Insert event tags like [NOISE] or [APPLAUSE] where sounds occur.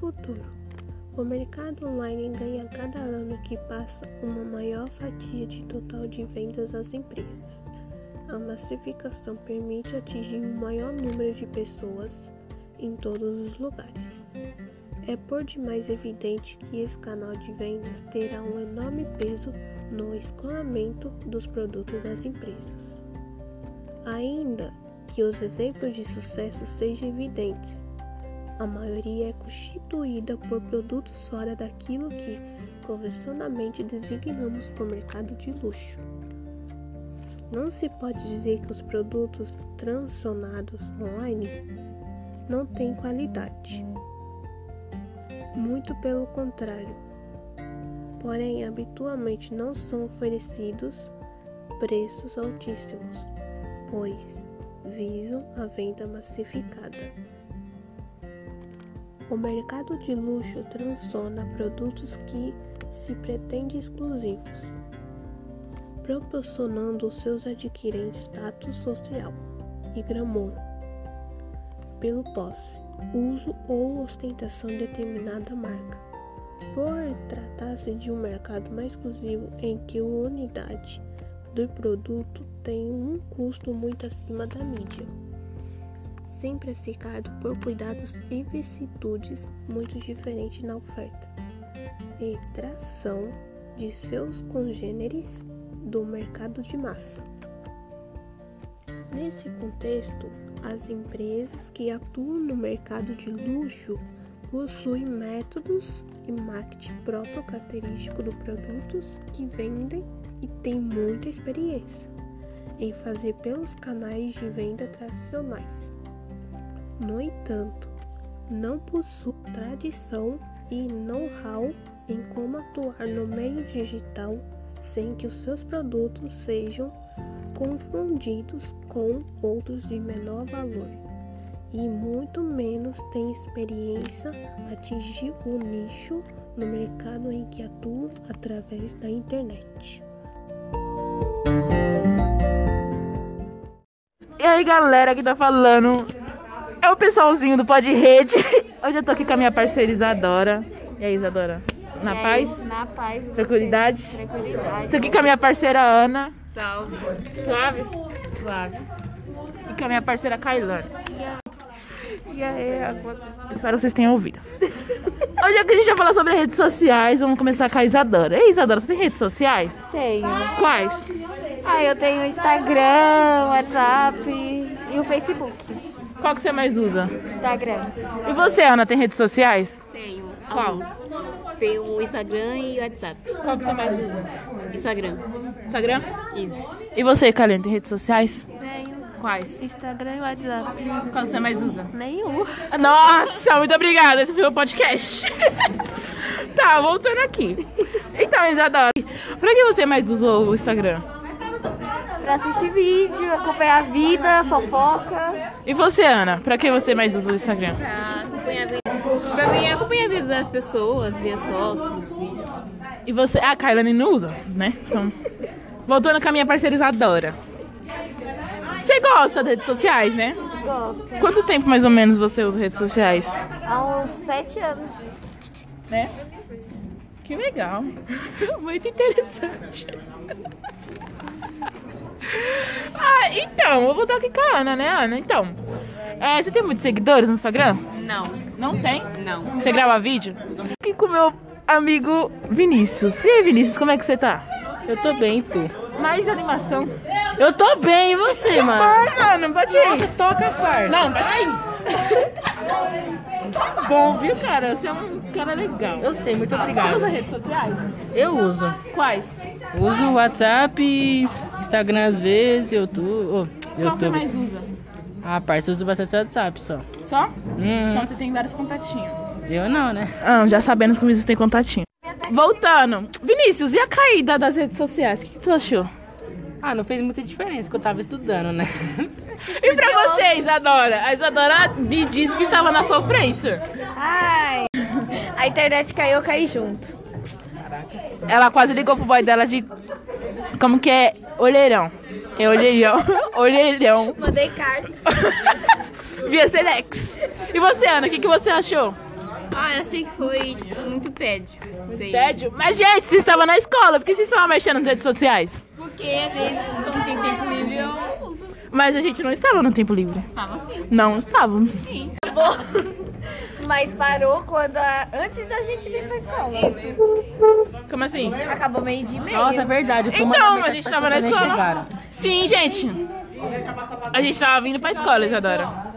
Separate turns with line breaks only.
futuro. O mercado online ganha a cada ano que passa uma maior fatia de total de vendas às empresas. A massificação permite atingir um maior número de pessoas em todos os lugares. É por demais evidente que esse canal de vendas terá um enorme peso no escoamento dos produtos das empresas. Ainda que os exemplos de sucesso sejam evidentes, a maioria é constituída por produtos fora daquilo que convencionalmente designamos como mercado de luxo. Não se pode dizer que os produtos transacionados online não têm qualidade. Muito pelo contrário. Porém, habitualmente não são oferecidos preços altíssimos, pois visam a venda massificada. O mercado de luxo transona produtos que se pretende exclusivos, proporcionando aos seus adquirentes status social e glamour pelo posse, uso ou ostentação de determinada marca. Por tratar-se de um mercado mais exclusivo em que a unidade do produto tem um custo muito acima da mídia, sempre é cercado por cuidados e vicissitudes muito diferentes na oferta e tração de seus congêneres do mercado de massa. Nesse contexto, as empresas que atuam no mercado de luxo possuem métodos e marketing próprio característico dos produtos que vendem e têm muita experiência em fazer pelos canais de venda tradicionais. No entanto, não possuem tradição e know-how em como atuar no meio digital sem que os seus produtos sejam confundidos com outros de menor valor e muito menos têm experiência atingir o nicho no mercado em que atuam através da internet.
E aí galera que tá falando é o pessoalzinho do Pod Rede. [LAUGHS] Hoje eu tô aqui com a minha parceira Isadora. E aí, Isadora? Na
E aí,
paz?
Na paz. e você?
Tranquilidade?
Tranquilidade.
Tô aqui com a minha parceira Ana.
Salve.
Suave?
Suave.
E com a minha parceira Kailane. E aí, agora- espero que vocês tenham ouvido. [LAUGHS] Hoje aqui a gente vai falar sobre redes sociais. Vamos começar com a Isadora. Ei, Isadora, você tem redes sociais?
Tenho.
Quais?
Ah, eu tenho Instagram, WhatsApp e o Facebook.
Qual que você mais usa?
Instagram.
E você, Ana, tem redes sociais?
Tenho
Qual?
alguns. Tenho o Instagram e o WhatsApp.
Qual que você mais usa?
Instagram.
Instagram?
Isso.
E você, Kailane, tem redes sociais?
Tenho
Quais?
Instagram e WhatsApp.
Qual que você mais usa?
Nenhum.
Nossa, muito obrigada. Esse foi o podcast. [LAUGHS] tá, voltando aqui. Então, Isadora, pra que você mais usou o Instagram?
Pra assistir vídeo, acompanhar a vida, fofoca.
E você, Ana? Pra que você mais usa o Instagram?
Pra acompanhar a vida, pra mim, acompanhar a vida das pessoas, ver as fotos, os vídeos.
E você... Ah, a Kailane não usa, né? Então... Voltando com a minha parceira Isadora. Você gosta de redes sociais, né?
Gosto.
Quanto tempo, mais ou menos, você usa redes sociais?
Há uns sete anos.
Né? Que legal. [LAUGHS] Muito interessante. [LAUGHS] ah, então, eu vou estar aqui com a Ana, né, Ana? Então, é, você tem muitos seguidores no Instagram?
Não,
Não tem?
não.
Você grava vídeo? Aqui com meu amigo Vinícius. E aí, Vinícius, como é que você tá?
Eu tô bem, e tu?
Mais animação. Tá
Eu tô bem, e você, mano?
Bom, mano, pode ir.
Nossa, toca, parça.
Não, peraí. Bom, viu, cara? Você é um cara legal. Ah,
Eu sei, muito
Você usa
obrigada.
redes sociais?
Eu uso.
Quais?
Uso o WhatsApp, Instagram às vezes, YouTube. ô,
Qual você
YouTube.
mais usa?
Ah, parça, eu uso bastante WhatsApp só.
Só?
Hum,
Então você tem vários contatinhos.
eu não, né?
Ah, já sabendo que o Vinícius tem contatinho. Voltando. Vinícius, e a caída das redes sociais? O que, que tu achou?
Ah, não fez muita diferença que eu tava estudando, né?
E pra você, Isadora? A Isadora me disse que estava na sofrência.
Ai. A internet caiu, eu caí junto.
Ela quase ligou pro boy dela de. Como que é? Olheirão. É olheirão. [LAUGHS] olheirão. [LAUGHS]
Mandei carta.
Via Selex. E você, Ana, o que, que você achou?
Ah, eu achei que foi tipo, muito tédio. Não sei.
Tédio? Mas, gente, vocês estavam na escola, por que vocês estavam mexendo nas redes sociais?
Porque às vezes, como tem tempo livre, eu uso.
Mas a gente não estava no tempo livre.
Estava assim.
Não estávamos.
Mas parou quando a- antes da gente vir pra escola.
Como assim?
Acabou meio de meio.
Nossa, é verdade. Eu fui mandar
Então, a
mensagem
gente
pra
tava na
vocês, nem
escola.
chegaram.
Sim, gente. A gente tava vindo pra escola, Isadora.